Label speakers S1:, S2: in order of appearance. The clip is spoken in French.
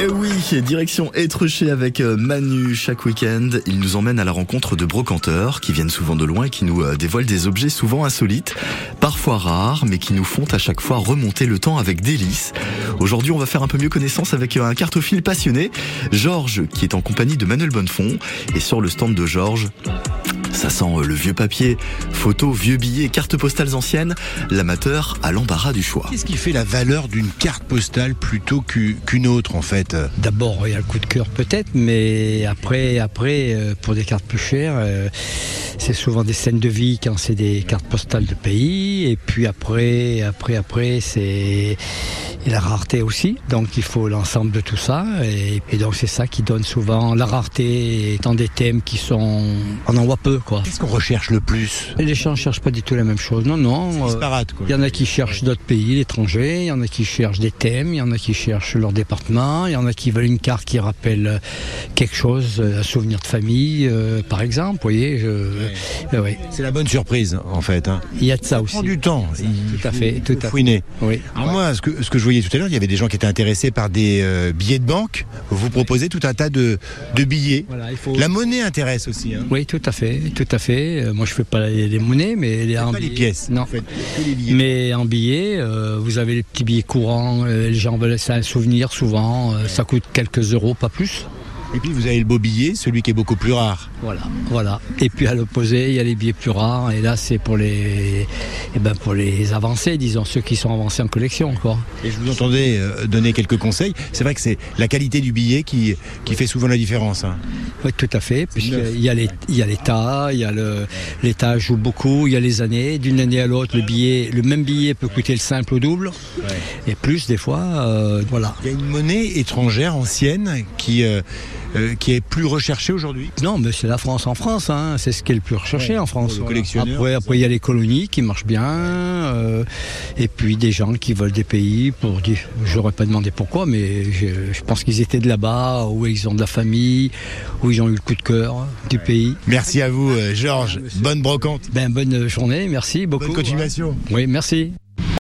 S1: Eh oui, direction Étruché avec euh, Manu chaque week-end. Il nous emmène à la rencontre de brocanteurs qui viennent souvent de loin et qui nous euh, dévoilent des objets souvent insolites, parfois rares, mais qui nous font à chaque fois remonter le temps avec délice. Aujourd'hui, on va faire un peu mieux connaissance avec euh, un cartophile passionné, Georges, qui est en compagnie de Manuel Bonnefond. Et sur le stand de Georges, ça sent euh, le vieux papier, photos, vieux billets, cartes postales anciennes, l'amateur a l'embarras du choix.
S2: Qu'est-ce qui fait la valeur d'une carte postale plutôt qu'u- qu'une autre en fait
S3: D'abord, il y a le coup de cœur peut-être, mais après, après euh, pour des cartes plus chères, euh, c'est souvent des scènes de vie quand c'est des cartes postales de pays. Et puis après, après, après, c'est et la rareté aussi. Donc il faut l'ensemble de tout ça. Et, et donc c'est ça qui donne souvent la rareté étant des thèmes qui sont... On en voit peu, quoi.
S2: Qu'est-ce qu'on recherche le plus
S3: Et les gens ne cherchent pas du tout la même chose. Non, non. euh,
S2: Disparate quoi.
S3: il y en a qui cherchent d'autres pays, l'étranger, il y en a qui cherchent des thèmes, il y en a qui cherchent leur département, il y en a qui veulent une carte qui rappelle euh, quelque chose, euh, un souvenir de famille, euh, par exemple, vous voyez. je- Euh, ouais.
S2: C'est la bonne surprise en fait. hein.
S3: Il y a de ça aussi.
S2: Prend du temps. Il
S3: Tout à fait, tout
S2: faut
S3: à fait.
S2: fouiner.
S3: Oui.
S2: Alors moi, ce que, ce que je voyais tout à l'heure, il y avait des gens qui étaient intéressés par des euh, billets de banque. Vous proposez tout un tas de, de billets.
S3: Voilà, il faut...
S2: La monnaie intéresse aussi. Hein.
S3: Oui, tout à fait, tout à fait. Euh, Moi, je fais pas les, les monnaies, mais les, en
S2: Pas les
S3: billets-
S2: pièces.
S3: Non.
S2: Vous faites que les billets.
S3: Mais en billets, euh, vous avez les petits billets courants, euh, les gens veulent ça un souvenir souvent, euh, ça coûte quelques euros, pas plus.
S2: Et puis vous avez le beau billet, celui qui est beaucoup plus rare.
S3: Voilà, voilà. Et puis à l'opposé, il y a les billets plus rares. Et là, c'est pour les, eh ben pour les avancés, disons ceux qui sont avancés en collection, quoi.
S2: Et je vous entendais euh, donner quelques conseils. C'est vrai que c'est la qualité du billet qui, qui fait souvent la différence. hein.
S3: Oui, tout à fait.
S2: neuf.
S3: Puisqu'il y a les, il y a l'état, il y a le, l'état joue beaucoup. Il y a les années. D'une année à l'autre, le billet, le même billet peut coûter le simple au double et plus des fois. euh, voilà.
S2: Il y a une monnaie étrangère ancienne qui, euh, euh, qui est plus recherchée aujourd'hui.
S3: Non, mais c'est la France en France, hein. c'est ce qui est le plus recherché
S2: Ouais,
S3: en France.
S2: pour le collectionneur,
S3: Après,
S2: c'est
S3: après, il y a les colonies qui marchent bien, euh, et puis des gens qui veulent des pays pour dire, j'aurais pas demandé pourquoi, mais je, je pense qu'ils étaient de là-bas, où ils ont de la famille, où ils ont eu le coup de cœur du pays.
S2: Merci à vous, euh, Georges. Bonne brocante.
S3: Ben, bonne journée, merci beaucoup.
S2: Bonne continuation.
S3: Oui, merci.